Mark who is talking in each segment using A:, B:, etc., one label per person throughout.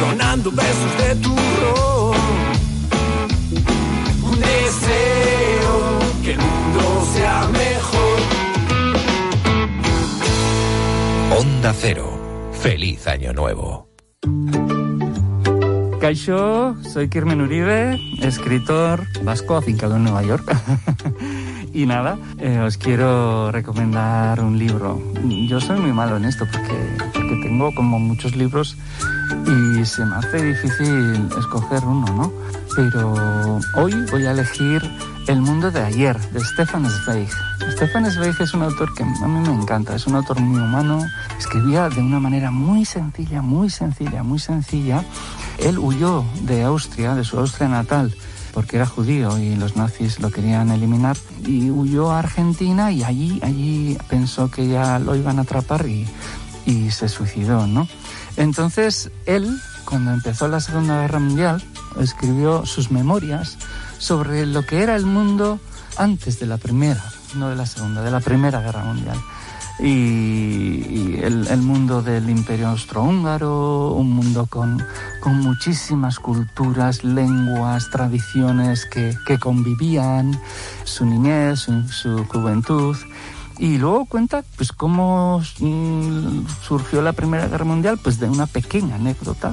A: donando besos de tu rostro. Un deseo que el mundo sea mejor.
B: Onda Cero, feliz año nuevo.
C: Caixo, soy Kirmen Uribe, escritor vasco afincado en Nueva York. y nada, eh, os quiero recomendar un libro. Yo soy muy malo en esto porque, porque tengo como muchos libros y se me hace difícil escoger uno, ¿no? Pero hoy voy a elegir El mundo de ayer, de Stefan Zweig. Stefan Zweig es un autor que a mí me encanta, es un autor muy humano, escribía de una manera muy sencilla, muy sencilla, muy sencilla. Él huyó de Austria, de su Austria natal, porque era judío y los nazis lo querían eliminar y huyó a Argentina y allí allí pensó que ya lo iban a atrapar y, y se suicidó, ¿no? Entonces él, cuando empezó la Segunda Guerra Mundial, escribió sus memorias sobre lo que era el mundo antes de la Primera, no de la Segunda, de la Primera Guerra Mundial y, el, el, mundo del imperio austrohúngaro, un mundo con, con muchísimas culturas, lenguas, tradiciones que, que convivían, su niñez, su, su, juventud. Y luego cuenta pues cómo mmm, surgió la Primera Guerra Mundial, pues de una pequeña anécdota.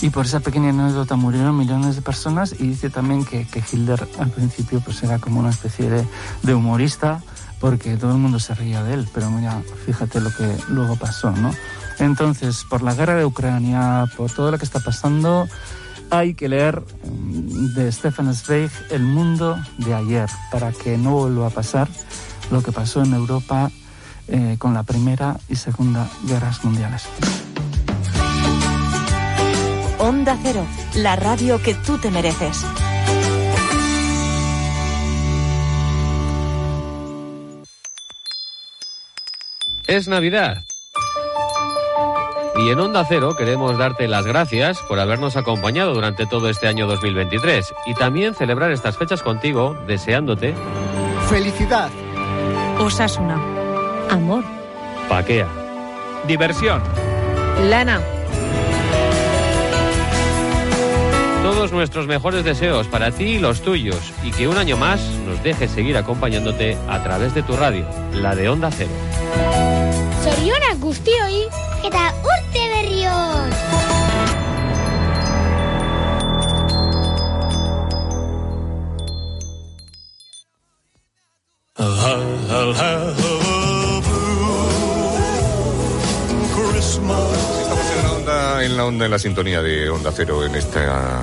C: Y por esa pequeña anécdota murieron millones de personas y dice también que, que Hitler al principio pues era como una especie de, de humorista, porque todo el mundo se ría de él, pero mira, fíjate lo que luego pasó, ¿no? Entonces, por la guerra de Ucrania, por todo lo que está pasando, hay que leer mm, de Stefan Zweig El mundo de ayer, para que no vuelva a pasar lo que pasó en Europa eh, con la Primera y Segunda Guerras Mundiales.
D: Onda Cero, la radio que tú te mereces.
E: Es Navidad. Y en Onda Cero queremos darte las gracias por habernos acompañado durante todo este año 2023 y también celebrar estas fechas contigo deseándote
F: felicidad,
G: osasuna, amor,
E: paquea, diversión,
G: lana.
E: Todos nuestros mejores deseos para ti y los tuyos y que un año más nos dejes seguir acompañándote a través de tu radio, la de Onda Cero.
H: Zorionak guztioi eta urte berri hon!
I: Estamos en la onda, en la onda, en la sintonía de Onda Cero en esta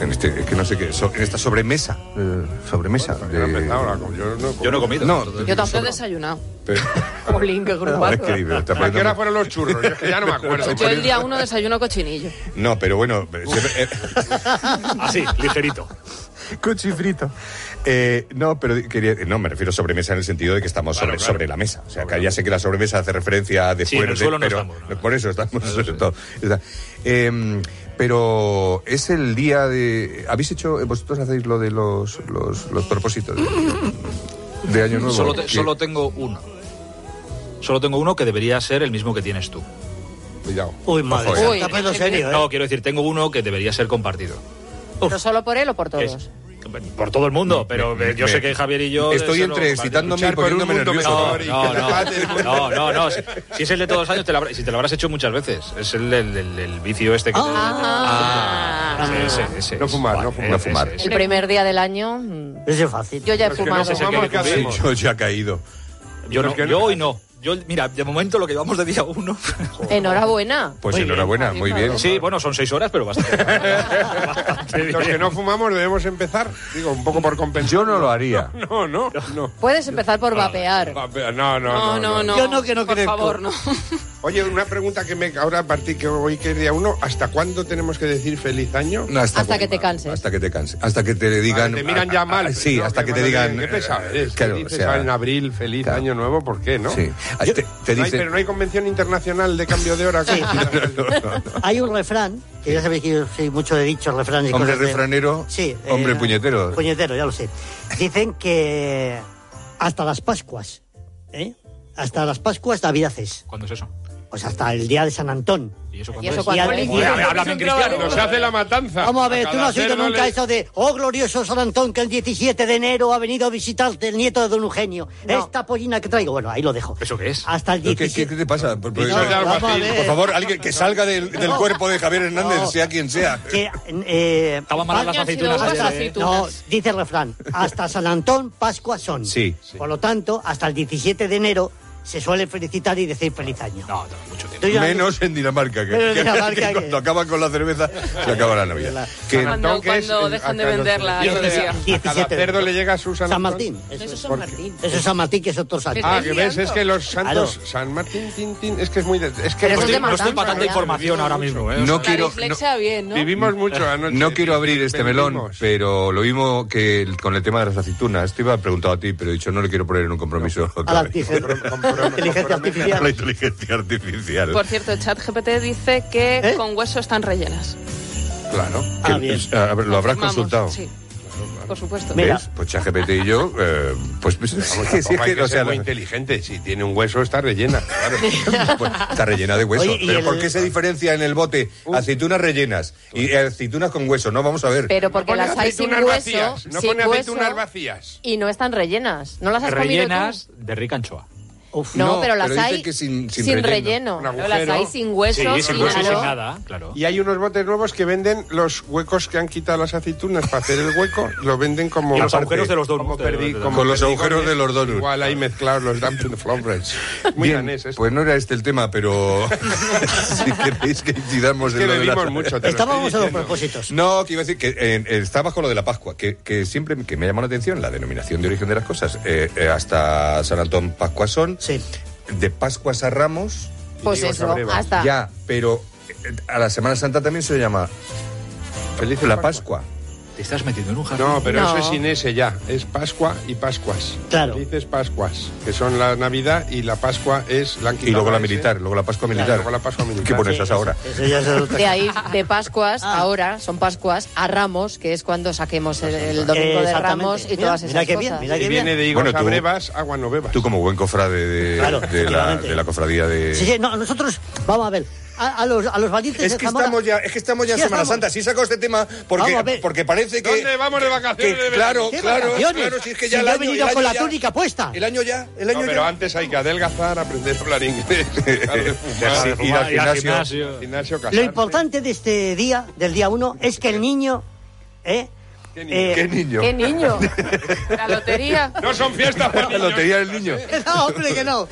I: en este, que no sé qué, so, en esta sobremesa. Eh, sobremesa.
J: Bueno, de... ahora, yo, no,
I: yo, no, Ah, he comido.
J: Pues No, yo tampoco he desayunado.
I: Pero...
G: Jolín, qué grupazo.
J: Es que, ¿A qué hora fueron los churros? Yo, es que ya no me acuerdo.
G: Yo el día uno desayuno cochinillo.
I: No, pero bueno. Siempre,
J: eh... Así, ligerito.
I: Cuchifrito. Eh, no, pero quería, no, me refiero a sobremesa en el sentido de que estamos vale, sobre, claro. sobre, la mesa. O sea, que ya sé que la sobremesa hace referencia a después. Sí, en
J: el suelo
I: de,
J: no pero, estamos,
I: Por eso estamos. Eso sí. todo. Eh, pero es el día de. ¿Habéis hecho. Vosotros hacéis lo de los, los, los propósitos de, de, Año Nuevo?
K: Solo, te, solo tengo uno. Solo tengo uno que debería ser el mismo que tienes tú.
I: Cuidado.
L: Uy, madre. Ojo, Uy,
K: está serio, ¿eh? No, quiero decir, tengo uno que debería ser compartido.
G: ¿Pero Uf, solo por él o por todos? Es,
K: por todo el mundo, pero me, yo me, sé que Javier y yo...
I: Estoy entre excitándome y poniéndome nervioso.
K: No, no, no, no, no, no si, si, es el de todos los años, te la, si te lo habrás hecho muchas veces. Es el, el, el, el vicio este que...
G: Ah, te... ah,
K: ah ese, ese, ese,
I: no fumar, no fumar.
K: No
I: fumar.
G: El primer día del año... mm,
L: Ese es fácil.
G: Yo ya he fumado.
I: No sí, yo ya he caído.
K: Yo, no, yo hoy no. Yo, mira, de momento lo que llevamos de día uno.
G: enhorabuena.
I: Pues muy enhorabuena, bien. muy bien.
K: Sí, bueno, son seis horas, pero bastante. bastante
J: Los que no fumamos debemos empezar, digo, un poco por compensar.
I: Yo no lo haría.
J: No, no, no. no.
G: Puedes empezar por vapear.
J: No, no, no.
G: no, no
L: Yo no que no
G: Por
L: crezco.
G: favor, no.
J: Oye, una pregunta que me ahora a partir que hoy que es día uno, ¿hasta cuándo tenemos que decir feliz año?
I: No, hasta,
G: hasta que te canses.
I: Hasta que te canses. Hasta que te digan.
J: Vale, te miran ya mal.
I: sí, no, hasta que, que te digan. eh,
J: Qué pesado eres. Claro, dices, o sea, en abril feliz claro. año nuevo, ¿por qué no?
I: Sí. Yo, te, te
J: no
I: dice...
J: hay, pero no hay convención internacional de cambio de hora. Sí.
L: no, hay un refrán que ya sabéis que yo soy mucho de dichos refranes. Y
I: hombre
L: cosas
I: refranero.
L: De... eh, Sí. Eh,
I: hombre puñetero.
L: Puñetero, ya lo sé. Dicen que hasta las Pascuas, ¿eh? Hasta las Pascuas Navidad es.
K: ¿Cuándo es eso?
L: pues hasta el día de San Antón.
K: ¿Y ¿Y eso
L: ¿Y
K: cuándo
L: eso
K: es?
L: cuándo Joder, es? háblame en cristiano.
J: Nos hace la matanza.
L: Vamos a ver, tú no
J: cada
L: has oído
J: cerdo
L: nunca
J: le-
L: eso de, oh glorioso San Antón, que el 17 de enero ha venido a visitarte el nieto de Don Eugenio. Esta pollina que traigo, bueno, ahí lo dejo.
K: ¿Eso qué es?
L: Hasta el
I: ¿Qué, qué,
L: 17.
I: qué te pasa? Por, por-
L: No, vamos a ver.
I: por favor, alguien que salga del, del
L: No.
I: cuerpo de Javier Hernández,
L: No.
I: sea quien sea.
L: Que, eh,
I: Estaban malas
L: Pascua-
I: las aceitunas
L: hasta-
I: ayer, ¿eh?
L: No, dice el refrán, hasta San Antón, Pascua son.
I: Sí, sí.
L: Por lo tanto, hasta el 17 de enero se suele felicitar y decir feliz año. No, mucho
I: ¿eh?
L: tiempo.
I: Menos en Dinamarca, que,
L: Menos en
I: que-
L: Dinamarca,
I: que cuando acaban con la cerveza, se acaba la Navidad. Que-
J: San Antón, que es-
F: cuando
J: es-
F: dejan
J: a
F: de
J: cada-
F: vender la
J: Yo no sé, A
F: lotería.
J: cada
L: 17 de
J: cerdo
L: enero.
J: le llega su San
L: San
J: Martín.
L: Martín.
J: Eso es
L: San Martín. Eso es San Martín, que es otro santo.
J: Ah, que ves, es que los santos. San Martín, tin, tin, es que es muy. de- es que
K: Pero
J: no
K: es
J: estoy-
K: de
J: no
K: matanza,
J: estoy para tanta
K: ya.
J: información ahora mismo, ¿eh? O
I: No
J: sea,
I: quiero-
G: Reflexa bien, ¿no?
J: Vivimos mucho anoche.
I: No quiero abrir este melón, pero lo mismo que el- con el tema de las aceitunas. Te iba preguntado a ti, pero he dicho, no le quiero poner en un compromiso.
L: A la inteligencia inteligencia
I: A
L: artificial.
I: la inteligencia artificial.
F: Por cierto, ChatGPT dice que con hueso están rellenas.
I: Claro. Que- a ver, lo habrás
F: Vamos,
I: consultado.
F: Sí. Por supuesto.
I: ¿Ves? Pues ChatGPT y yo, eh, pues... pues
J: Vamos,
I: sí, sí,
J: tampoco hay
I: o
J: que
I: sea,
J: ser muy
I: la-
J: inteligente. Si tiene un hueso, está rellena. claro. Pues,
I: Está rellena de hueso.
J: Oye, y
I: ¿Pero
J: el-
I: por qué se diferencia en el bote aceitunas rellenas y aceitunas con hueso? No, vamos a ver.
G: Pero porque las hay sin
J: aceitunas
G: hueso,
J: vacías, no
G: sin
J: pone aceitunas
G: hueso,
J: vacías.
G: Y no están rellenas. ¿No las has comido
K: Rellenas de rica anchoa.
G: tú? No, pero las
J: dice
G: hay
J: que
G: sin,
J: sin- sin relleno.
G: relleno.
J: Un
G: Pero Las
J: agujero.
G: hay sin hueso,
K: Sí, sin hueso y sin
G: calor.
K: nada, claro.
J: Y hay unos botes nuevos que venden los huecos que han quitado las aceitunas para hacer el hueco, lo venden como.
K: Y los
J: aparte,
K: agujeros de los donuts,
J: Como
K: de-
J: perdí,
K: de- de-
J: como
I: con los
J: perdigones,
I: agujeros de los donuts.
J: Igual ahí mezclados los dumpling flowers. Muy
I: Bien,
J: danés esto.
I: pues no era este el tema, pero si queréis que incidamos
J: Es que
I: en lo de la-
J: bebimos mucho, te lo
L: Estábamos en los propósitos.
I: No, que iba a decir que eh, está bajo lo de la Pascua, que, que siempre que me llama la atención la denominación de origen de las cosas. Eh, eh, hasta San Antón Pascua son, de Pascuas a Ramos,
G: Pues
I: Digo,
G: eso,
I: Sabreva.
G: hasta.
I: ya, pero eh, a la Semana Santa también se le llama Feliz la Pascua.
K: Te estás metiendo en un jardín.
J: No, pero
K: No.
J: eso es sin ese ya. Es Pascua y Pascuas.
L: Claro.
J: Dices Pascuas, que son la Navidad y la Pascua es la han
I: Y luego
J: quitado
I: la
J: ese.
I: militar, luego la Pascua
J: Claro,
I: militar.
J: luego la Pascua militar.
I: ¿Qué pones esas ahora?
G: De ahí, de Pascuas,
L: Ah.
G: ahora son Pascuas, a Ramos, que es cuando saquemos el, el domingo de
L: Exactamente.
G: Ramos y
L: Mira,
G: todas esas
L: mira qué bien,
G: cosas.
L: mira
J: Que viene de higos
I: Bueno,
J: a
I: tú-
J: brevas, agua no bebas.
I: Tú como buen cofrade de,
L: Claro,
I: de la,
L: efectivamente.
I: de la cofradía de...
L: Sí, sí, no, nosotros, vamos a ver, a, a los, a los valientes
I: Es
L: de
I: que
L: Zamora-
I: estamos ya, es que estamos ya en
L: Sí,
I: Semana
L: estamos.
I: Santa. Sí saco este tema porque,
L: Vamos a ver.
I: porque parece que.
J: ¿Dónde vamos de vacaciones
I: que-
J: de verano?
I: claro,
J: ¿Qué
I: claro,
J: vacaciones?
I: claro. Si es que
J: Si
I: ya el
J: yo he
I: año-
J: venido
I: el
J: con la
I: año ya-
L: túnica puesta.
I: El año ya, el
J: No,
I: año
J: pero
I: ya.
J: antes hay que adelgazar, aprender a hablar inglés, dejar de fumar,
I: Sí, ir al
J: fumar, ir al
I: gimnasio.
J: gimnasio, gimnasio,
L: Lo
J: casarte.
L: importante de este día, del día 1, es que el niño. ¿eh?
J: ¿Qué niño? ¿Qué niño?
F: ¿Qué niño? La lotería.
J: No son fiestas para niños.
I: lotería del niño.
L: No, hombre, que no.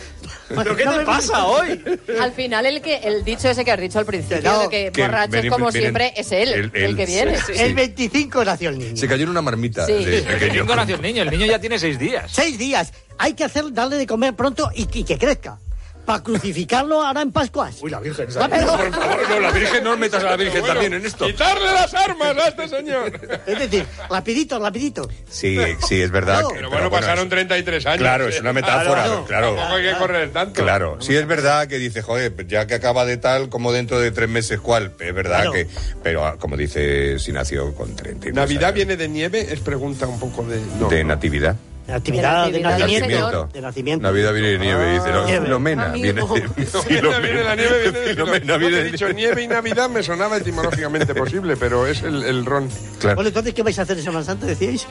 K: ¿Pero qué te pasa hoy?
G: Al final, el que el dicho ese que has dicho al principio,
L: No.
G: de que,
I: Que
G: borracho
I: ven-
G: es como
I: ven-
G: siempre,
I: vienen-
G: es él,
I: él-
G: el
I: él,
G: que viene.
I: sí,
L: El 25 nació el niño.
I: Se cayó en una marmita
L: Sí.
I: de
L: El
I: pequeño.
K: Domingo nació el niño, el niño ya tiene seis días.
L: Seis días. Hay que hacer, darle de comer pronto y, que- y que crezca. Para crucificarlo ahora en Pascuas. Uy, la Virgen.
I: Por favor, no, la Virgen, no metas a la Virgen
J: Bueno,
I: también en esto.
J: ¡Quitarle las armas a este señor!
L: Es decir, rapidito, rapidito.
I: Sí, sí, es verdad.
L: Claro.
I: que-
J: Pero bueno, pasaron 33 años. eh.
I: Claro, es una metáfora,
J: Claro.
I: claro.
J: Tampoco hay que correr tanto.
I: Claro, sí es verdad que dice, joder, pues ya que acaba de tal, como dentro de tres meses, ¿cuál? Es verdad
J: Claro.
I: que. Pero ah, como dice, si nació con 30.
J: ¿Navidad viene de nieve? Es pregunta un poco de... no,
I: de
J: no.
I: natividad.
L: De actividad, de
J: Natividad,
L: nacimiento.
I: Nacimiento.
L: De nacimiento.
I: Navidad viene de nieve, dice. No,
L: Nieve.
I: Filomena viene
J: Amigo.
I: de.
J: Filomena viene de la nieve, viene de
I: Filomena
J: Filomena. No
I: viene
J: te he
I: de-
J: dicho nieve y Navidad, me sonaba etimológicamente posible, pero es el, el ron.
L: Bueno, entonces, ¿qué vais a hacer en Semana Santa, decíais?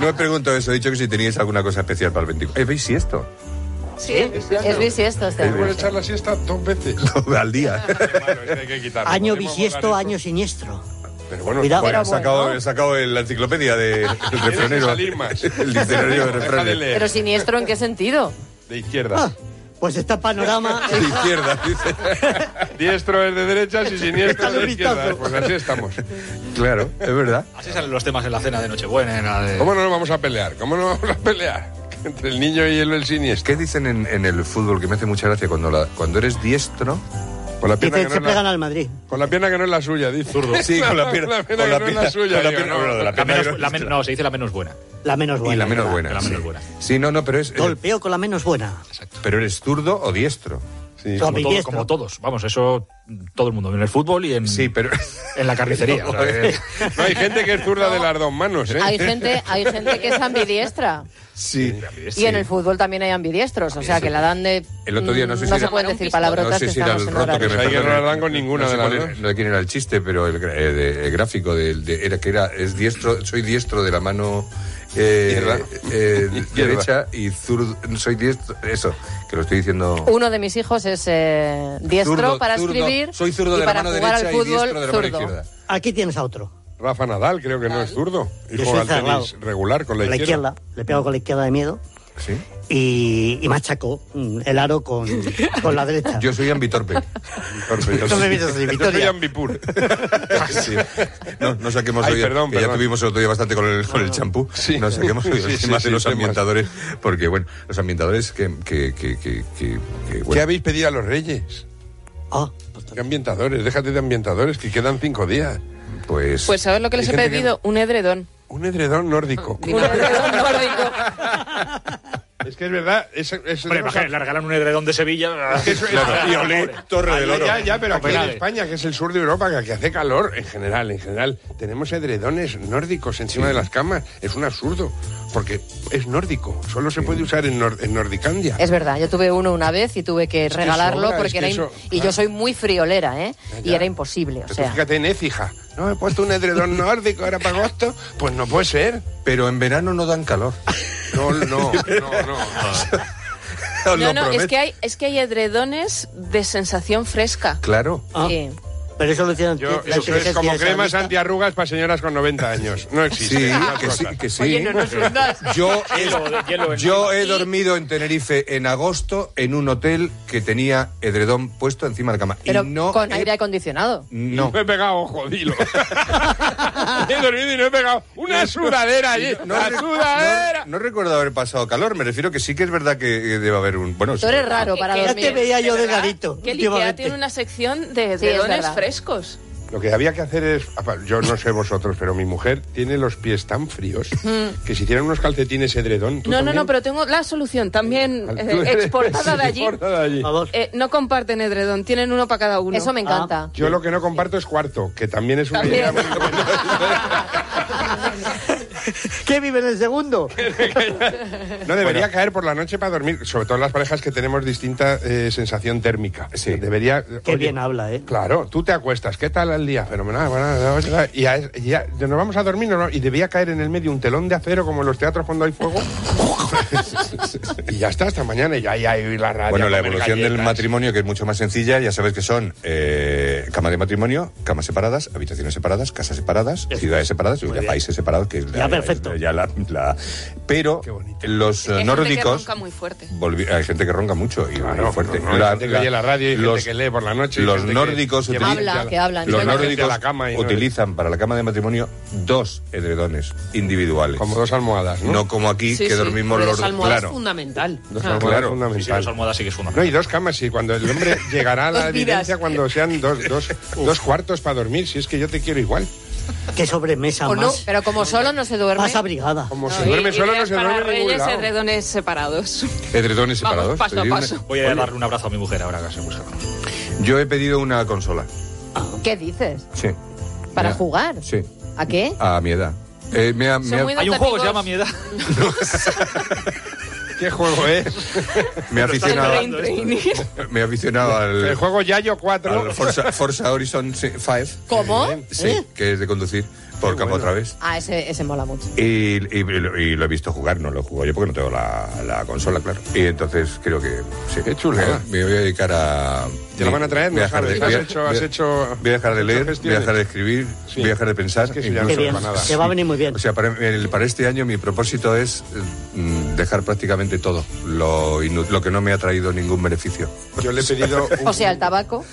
I: No he preguntado eso, he dicho que si teníais alguna cosa especial para el 24. Eh, ¿Veis si esto?
G: Sí, es bisiesto este
J: Tengo
G: año.
J: que echar la siesta dos veces.
I: Al día.
J: Bueno, este hay que quitarlo.
L: Año
J: Podemos
L: bisiesto,
J: borrar
L: año siniestro.
I: Pero bueno,
L: Cuidado.
I: bueno,
L: Pero
I: he sacado, he sacado el- la enciclopedia de el refranero.
J: salir más.
I: El diccionario de
J: Deja de
I: refranes.
J: leer.
G: Pero siniestro, ¿en qué sentido?
J: De izquierda.
L: Pues está panorama.
I: De izquierda, dice.
J: Diestro es de derechas y siniestro es de izquierda.
K: vistazo.
J: Pues así estamos.
I: Claro, es verdad.
K: Así salen los temas en la cena de Nochebuena, en la de...
J: ¿Cómo no nos vamos a pelear? ¿Cómo no vamos a pelear? Entre el niño y el, el siniestro.
I: ¿Qué dicen en, en el fútbol que me hace mucha gracia cuando, la- cuando eres diestro?
J: Con la pierna
L: Dicen,
J: que
L: se
J: no es
L: pegan
J: la,
L: al Madrid.
J: con la pierna que no es la suya, dice.
I: Sí, con la pierna-
J: con la pierna que no es la
I: con la pierna-
J: suya.
I: con la
J: digo,
I: pierna-
J: no.
I: bueno, de la
K: La
I: pierna
K: menos-
I: que no-
K: la men- no, se dice la menos buena.
L: La menos buena.
I: y la menos
L: ¿verdad?
I: buena.
K: La
I: sí.
K: menos buena.
I: Sí, no, no, pero es. eh,
L: Golpeo con la menos buena.
I: pero eres zurdo o diestro.
J: Sí,
L: Como
K: como,
L: todo-
K: como todos. Vamos, eso todo el mundo, en el fútbol y en, en la carnicería. o sea, que-
J: eh. No, hay gente que es zurda de las dos manos, ¿eh?
G: Hay gente, hay gente que es ambidiestra.
I: Sí.
G: Y en el fútbol también hay ambidiestros, o sea que la dan de.
I: El otro día no sé
G: Mm, no
I: si
G: se
I: era-
G: pueden decir palabrotas
I: No sé
G: que
I: si era
G: estamos
I: el
G: en
I: roto que
G: horario.
I: me
J: Ahí que no
I: perdone.
J: hablan con ninguna
I: no sé
J: de las
I: cuál
J: dos.
I: era- No sé quién era el chiste, pero el, gra- eh, de- el gráfico del- de- era que era es diestro, soy diestro de la mano eh,
J: Izquierda.
I: eh,
J: Izquierda.
I: derecha y zurdo, soy diestro, eso, que lo estoy diciendo.
G: Uno de mis hijos es eh, diestro
I: Zurdo,
G: para
I: zurdo.
G: escribir.
I: Soy zurdo
G: y
I: de la
G: para
I: mano
G: jugar
I: derecha
G: al
I: y
G: fútbol,
I: diestro de la mano
G: zurdo.
I: izquierda.
L: Aquí tienes a otro.
J: Rafa Nadal creo que no es zurdo. Y
L: Yo
J: juega
L: soy
J: al tenis
L: cerrado.
J: regular con la,
L: la
J: izquierda.
L: izquierda. Le pego con la izquierda de miedo.
I: Sí.
L: Y, y machaco mm, el aro con, con la derecha.
I: Yo soy ambitorpe. Ambitorpe, yo
L: Yo soy-
I: soy-
L: yo soy
J: Yo soy
L: Vitoria.
J: ambipur.
I: Ah, Sí. No, no saquemos
J: Ay,
I: hoy,
J: perdón,
I: que ya
J: perdón. Ah.
I: tuvimos el otro día bastante con el, con el champú. No saquemos hoy
J: Sí,
I: el
J: sí,
I: tema
J: sí,
I: de los
J: temas.
I: ambientadores, porque bueno, los ambientadores que, que, que, que, que- que, bueno,
J: ¿Qué habéis pedido a los reyes?
L: Ah,
J: ¿Qué ambientadores? Déjate de ambientadores, que quedan cinco días.
I: pues
F: Pues ¿sabes lo que les he
J: Hay gente que-
F: pedido? Un edredón.
J: Un edredón nórdico.
F: Un edredón nórdico.
J: Es que es verdad. Es, es-
K: Hombre, imagínate, le regalan un edredón de Sevilla.
J: Es que eso es-
K: Claro.
J: y olé,
I: Torre del
J: Ya,
I: Oro.
J: Ya, ya, pero aquí en
K: Copenhague.
J: España, que es el sur de Europa, que aquí hace calor, en general, en general, tenemos edredones nórdicos encima de las camas. Es un absurdo, porque es nórdico. Solo se puede usar en, Nor- en Nordicandia.
G: Es verdad, yo tuve uno una vez y tuve que
J: que
G: regalarlo
J: sobra,
G: porque
J: es que
G: era im-
J: eso,
G: y yo
J: claro.
G: soy muy friolera, ¿eh? Y
J: Ya.
G: era imposible, o
J: Pero tú
G: sea.
J: fíjate en Écija. No, he puesto un edredón nórdico, era para agosto. Pues no puede ser.
I: pero en verano no dan calor.
J: No, no, no, no.
I: Os
F: No,
I: lo
F: no, es
I: prometo.
F: que, hay, es que hay edredones de sensación fresca.
I: Claro.
L: Ah,
F: Sí.
L: Pero eso lo hicieron
J: Yo-
L: la
J: eso es
L: inteligencia
J: como
L: esa
J: cremas
L: lista.
J: antiarrugas para señoras con 90 años. No existe.
I: Sí,
J: esas
I: que sí,
J: Ah, cosas.
I: que sí.
F: Oye, no nos hundas.
I: Yo
K: Hielo, de hielo
I: he,
K: en-
I: yo he
F: Y-
I: dormido en Tenerife en agosto en un hotel que tenía edredón puesto encima de la cama.
G: Pero
I: y no
G: con
I: he-
G: aire acondicionado.
I: no.
J: No he pegado, jodilo. he dormido y no he pegado. Una sudadera allí.
I: No,
J: la
I: re-
J: sudadera.
I: no- no recuerdo haber pasado calor, me refiero que sí que es verdad que eh, debe haber un... Bueno,
G: Tú eres raro para
F: ¿Qué-
L: Ya
G: dormir.
L: te veía yo
F: ¿De verdad?
L: delgadito.
F: Que el Ikea
L: últimamente.
F: tiene una sección de
G: Sí, es
F: edredones
G: verdad.
F: frescos.
J: Lo que había que hacer es. apa, Yo no sé vosotros, pero mi mujer tiene los pies tan fríos que si hicieran unos calcetines edredón. ¿tú
F: No, no,
J: también?
F: no, pero tengo la solución también
J: Al-
F: eh, exportada de allí.
J: Exportada de allí.
L: Vamos.
F: Eh, no comparten edredón, tienen uno para cada uno.
G: Eso me encanta.
J: Yo lo que no comparto es cuarto, que también es una
F: También.
J: idea muy buena.
L: ¿Qué vive en el segundo?
J: No debería caer por la noche para dormir, sobre todo las parejas que tenemos distinta eh, sensación térmica.
I: Sí.
J: Debería.
L: Qué
J: oye,
L: bien habla, ¿eh?
J: Claro, tú te acuestas, ¿qué tal el día? Fenomenal, bueno, bueno, y ya, es- ya- ya nos vamos a dormir ¿no? y debía caer en el medio un telón de acero como en los teatros cuando hay fuego. y ya está, hasta mañana, y ya, ya, y la radio.
I: Bueno, la
J: comer
I: evolución del
J: galletas.
I: matrimonio, que es mucho más sencilla, ya sabes que son eh, cama de matrimonio, camas separadas, habitaciones separadas, casas separadas, ciudades separadas, yo diría
L: bien.
I: países separados, que es la-
L: Ya, perfecto.
I: ya la- la- pero
J: Qué bonito.
I: los eh,
F: Hay gente que
I: nórdicos...
F: ronca muy fuerte.
I: volvi- hay gente que ronca mucho y
J: Claro,
I: muy fuerte.
J: no, no, hay gente que oye la radio y hay gente que lee por la noche y
I: Los
J: gente que
I: nórdicos
J: lleva
I: utilizan-
G: Habla, que hablan.
I: los
G: Llevan
J: gente
G: la
J: a
I: nórdicos
J: la cama y no-
I: utilizan para la cama de matrimonio dos edredones individuales.
J: Como dos almohadas, ¿no?
I: No como aquí
M: Sí,
I: que
M: sí,
I: dormimos
M: porque
I: los
M: las almohadas
I: claro.
M: es fundamental.
J: Dos
M: Ah.
J: almohadas
K: Sí, sí,
I: Claro.
K: las
J: fundamentales.
K: almohadas sí que es una.
J: No, y dos camas, y cuando el hombre llegará a la
M: Dos vidas.
J: evidencia cuando sean dos, dos, dos cuartos para dormir, si es que yo te quiero igual.
L: Qué sobremesa
G: O no,
L: más,
G: pero como solo no se duerme.
L: más abrigada.
J: Como
F: No,
J: se
F: y-
J: duerme solo, no
F: ideas
J: se
F: para
J: duerme en ningún
F: reyes,
J: lado.
F: edredones separados.
I: Edredones
F: Vamos,
I: separados.
F: paso
I: te
F: a
I: digo
F: paso.
K: Voy a darle un abrazo a mi mujer ahora que se busca.
I: una- Yo he pedido una consola.
G: ¿Qué dices?
I: Sí.
G: ¿Para
I: Mira,
G: jugar?
I: Sí.
G: ¿A qué?
I: A mi edad. Eh,
J: Ah,
I: me ha- me
F: Son
I: ha-
F: muy
K: Hay un juego que
F: dotativos.
K: se llama Mi Edad.
J: ¿Qué juego es?
I: me he
F: El
I: aficionado,
F: brain training.
I: me he aficionado al,
J: El juego Yayo
I: al
J: 4.
I: Forza, Forza Horizon 5.
G: ¿Cómo?
I: Sí,
J: ¿Eh?
I: que es de conducir por campo otra vez.
G: Ah, ese, ese mola mucho.
I: Y, y- y lo- y lo he visto jugar, no lo juego yo porque no tengo la, la consola, claro. Y entonces creo que. Sí.
J: Qué chulea.
I: Me voy a dedicar a.
J: ¿Te la van a traer?
I: Voy a
J: No,
I: dejar de,
J: Javi, has
I: voy a-
J: hecho-
I: voy a-
J: has hecho-
I: voy a dejar de
J: has hecho
I: leer, voy a
J: gestiones.
I: dejar de escribir,
J: Sí.
I: voy a dejar de pensar.
J: Es que eso ya no
I: incluso
J: sirve
I: para
J: para
I: nada.
J: nada.
L: Te va a venir muy bien.
I: O sea, para, el- para este año mi propósito es mm, dejar prácticamente todo, lo, inu- lo que no me ha traído ningún beneficio.
J: Yo le he pedido. un-
G: O sea, el tabaco.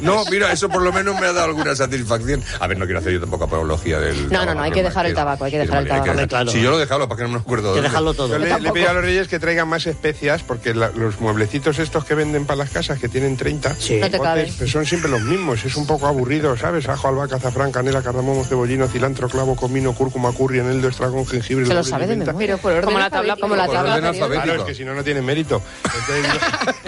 I: No, mira, eso por lo menos me ha dado alguna satisfacción. A ver, no quiero hacer yo tampoco apología del.
G: No, no,
I: tabaco,
G: no, hay que dejar el
I: quiero-
G: tabaco, hay que
I: quiero-
G: dejar el
I: hay que
G: tabaco.
I: dejar-
L: Claro.
I: Si
J: ¿eh?
I: yo lo he dejado, para que no me acuerdo.
L: Que
I: dónde.
L: dejarlo todo.
J: Yo
L: ¿eh?
J: le, le he pedido a los reyes que traigan más especias porque la- los mueblecitos estos que venden para las casas, que tienen 30,
L: Sí. No
G: te
J: botes,
G: caben.
J: pues son siempre los mismos. Es un poco aburrido, ¿sabes? Ajo, albahaca, azafrán, canela, cardamomo, cebollino, cilantro, claavo, comino, cúrcuma, curry, eneldo, estragón, jengibre.
G: Se
J: lúpulo
G: lo
J: y
G: sabe de
J: menta.
G: memoria.
F: por orden
G: como la tabla,
F: alfabético.
G: como la
I: Por
G: tabla.
I: orden
G: periódica.
I: alfabético.
J: Claro, es que si no, no tiene mérito. Entonces,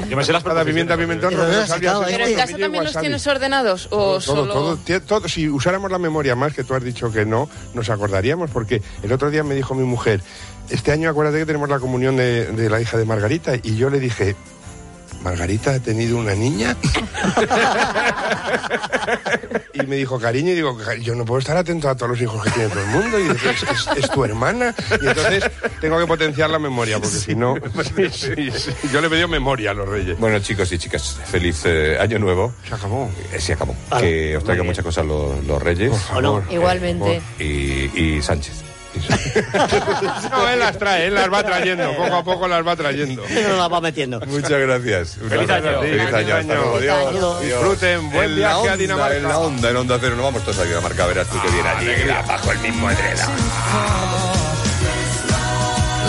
K: Yo me sé las
J: Cada
K: proposiciones.
J: pimienta, pimentón,
L: Pero lo
J: romero,
L: has
J: salvia,
L: sacado,
J: sal-
L: ¿eh?
F: ¿Pero en casa también los tienes ordenados?
J: todo,
F: ¿O solo...?
J: todo, tie- todo. Si usáramos la memoria más que tú has dicho que no, nos acordaríamos, porque el otro día me dijo mi mujer, este año acuérdate que tenemos la comunión de, de la hija de Margarita, y yo le dije, Margarita ha tenido una niña. y me dijo, cariño, y digo, yo no puedo estar atento a todos los hijos que tiene todo el mundo, y dice, es, es- es tu hermana, y entonces tengo que potenciar la memoria, porque si no... Yo le pedí memoria a los reyes.
I: Bueno, chicos y chicas, feliz eh, año nuevo. Eh,
J: Se acabó.
I: se acabó.
J: Ah,
I: que os traigan muchas cosas los, los reyes.
G: Igualmente.
I: Y, y Sánchez.
J: No, él las trae, él las va trayendo, poco a poco las va trayendo.
L: Pero la va metiendo.
I: Muchas gracias. Un
J: Feliz año.
I: abrazo. Feliz año. Hasta luego.
J: Feliz año.
I: Adiós. Adiós.
J: Disfruten. Buen
I: En
J: viaje
I: la
J: a
I: onda,
J: Dinamarca.
I: En la onda, en onda cero. No vamos todos a Dinamarca. Verás tú que viene allí. Bajo el mismo edredón.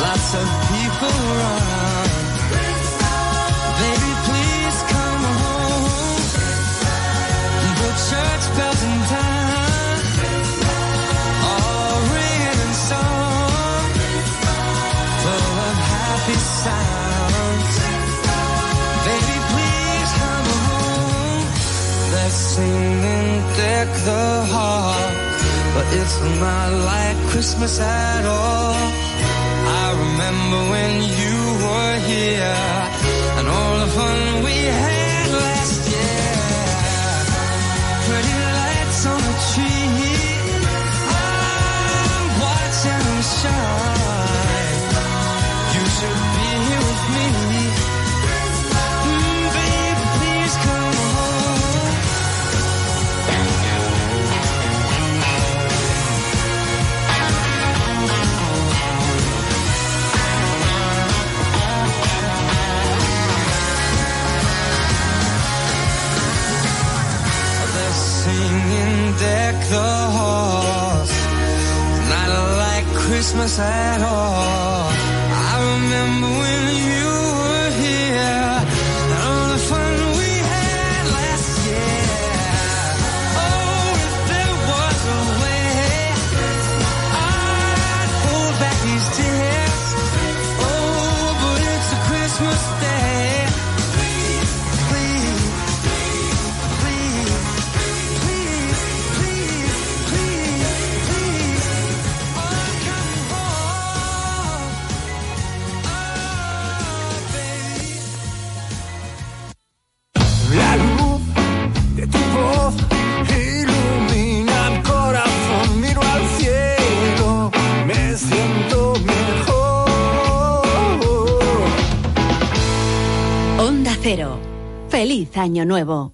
A: Lots of people run. Baby, please come home. The church bells in town are ringing song, full of happy sounds. Baby, please come home. They're singing deck the hall, but it's not like Christmas at all. I remember when you were here and all the fun we had last year. Pretty lights on the tree. I'm watching them shine. You should be here with me. Mm, baby, please come home. They're singing deck the halls. Not like Christmas at all. I remember when you were here and all the fun we had last year. Oh, if there was a way, I'd hold back these tears. Oh, but it's a Christmas day. Please, please, please. La luz de tu voz ilumina mi corazón, miro al cielo, me siento mejor.
D: Onda Cero. Feliz Año Nuevo.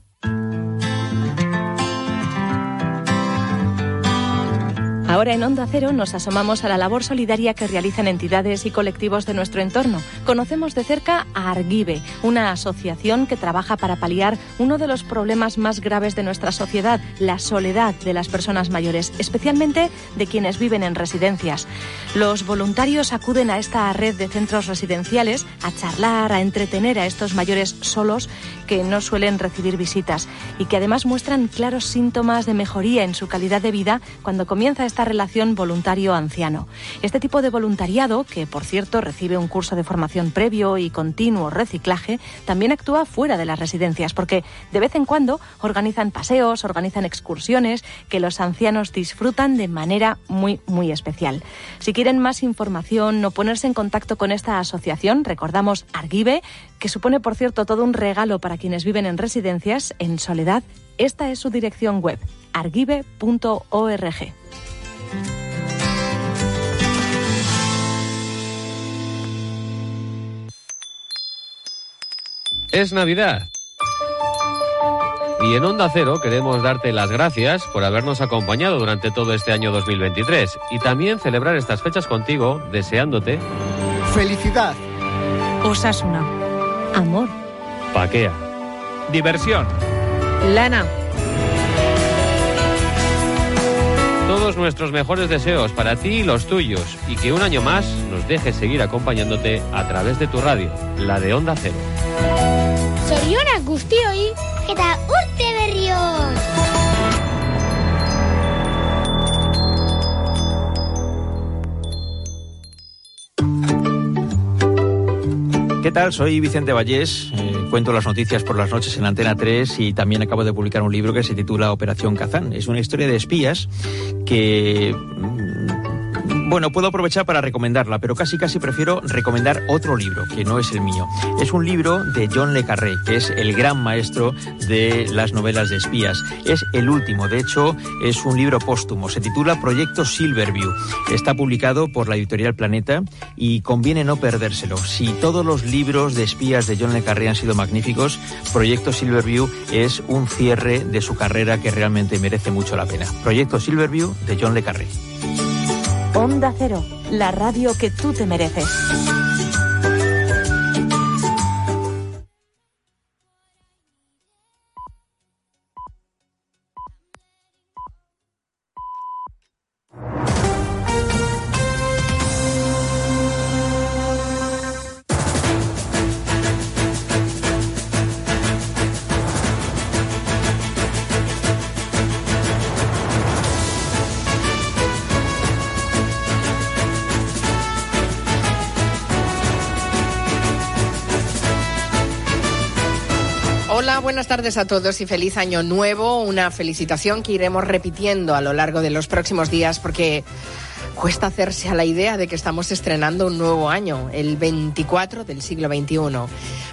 M: Ahora en Onda Cero nos asomamos a la labor solidaria que realizan entidades y colectivos de nuestro entorno. Conocemos de cerca a Argive, una asociación que trabaja para paliar uno de los problemas más graves de nuestra sociedad, la soledad de las personas mayores, especialmente de quienes viven en residencias. Los voluntarios acuden a esta red de centros residenciales a charlar, a entretener a estos mayores solos que no suelen recibir visitas y que además muestran claros síntomas de mejoría en su calidad de vida cuando comienza esta relación voluntario-anciano. Este tipo de voluntariado, que por cierto recibe un curso de formación previo y continuo reciclaje, también actúa fuera de las residencias porque de vez en cuando organizan paseos, organizan excursiones que los ancianos disfrutan de manera muy, muy especial. Si quieren más información o ponerse en contacto con esta asociación, recordamos Argive, que supone, por cierto, todo un regalo para quienes viven en residencias en soledad. Esta es su dirección web, argive.org.
E: Es Navidad. Y en Onda Cero queremos darte las gracias por habernos acompañado durante todo este año 2023 y también celebrar estas fechas contigo, deseándote
N: Felicidad.
M: Osasuna. Amor.
E: paquea. Diversión.
G: Lana.
E: Todos nuestros mejores deseos para ti y los tuyos y que un año más nos dejes seguir acompañándote a través de tu radio, la de Onda Cero.
H: Zorionak guztioi eta urte berri on!
O: ¿Qué tal? Soy Vicente Vallés. Eh,
N: cuento las noticias por las noches en Antena 3 y también acabo de publicar un libro que se titula Operación Kazán. Es una historia de espías que bueno, puedo aprovechar para recomendarla, pero casi casi prefiero recomendar otro libro que no es el mío. Es un libro de John Le Carré, que es el gran maestro de las novelas de espías. Es el último, de hecho, es un libro póstumo. Se titula Proyecto Silverview. Está publicado por la editorial Planeta y conviene no perdérselo. Si todos los libros de espías de John Le Carré han sido magníficos, Proyecto Silverview es un cierre de su carrera que realmente merece mucho la pena. Proyecto Silverview de John Le Carré.
D: Onda Cero, la radio que tú te mereces.
O: Hola, buenas tardes a todos y feliz año nuevo. Una felicitación que iremos repitiendo a lo largo de los próximos días porque cuesta hacerse a la idea de que estamos estrenando un nuevo año, el 24 del siglo XXI.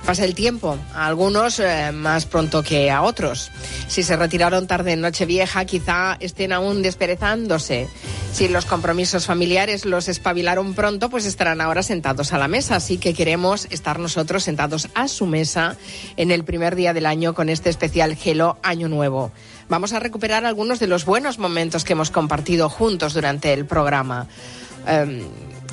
O: Pasa el tiempo, a algunos eh, más pronto que a otros. Si se retiraron tarde en Nochevieja, quizá estén aún desperezándose. Si los compromisos familiares los espabilaron pronto, pues estarán ahora sentados a la mesa. Así que queremos estar nosotros sentados a su mesa en el primer día del año con este especial Gelo Año Nuevo. Vamos a recuperar algunos de los buenos momentos que hemos compartido juntos durante el programa. Em,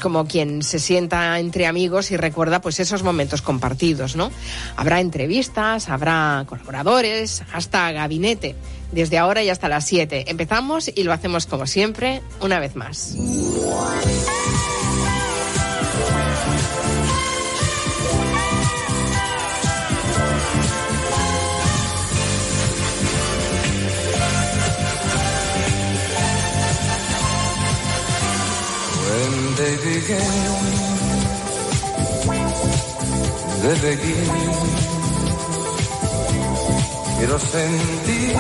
O: como quien se sienta entre amigos y recuerda pues esos momentos compartidos, ¿no? Habrá entrevistas, habrá colaboradores, hasta gabinete, desde ahora y hasta las 7. Empezamos y lo hacemos como siempre, una vez más.
A: When they begin, they begin. Quiero sentir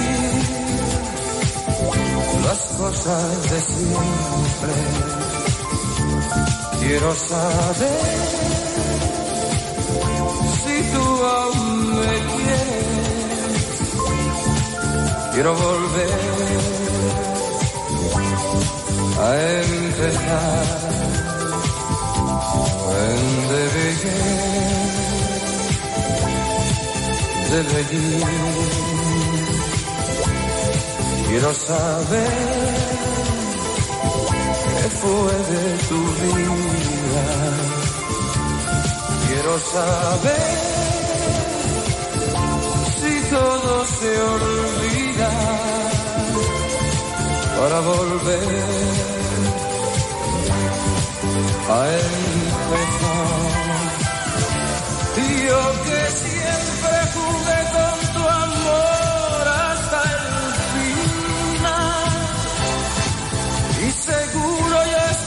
A: las cosas de siempre. Quiero saber si tú aún me quieres. Quiero volver a empezar. When they begin, they begin. Quiero saber qué fue de tu vida. Quiero saber si todo se olvida para volver a empezar. Yo que siempre jugué con tu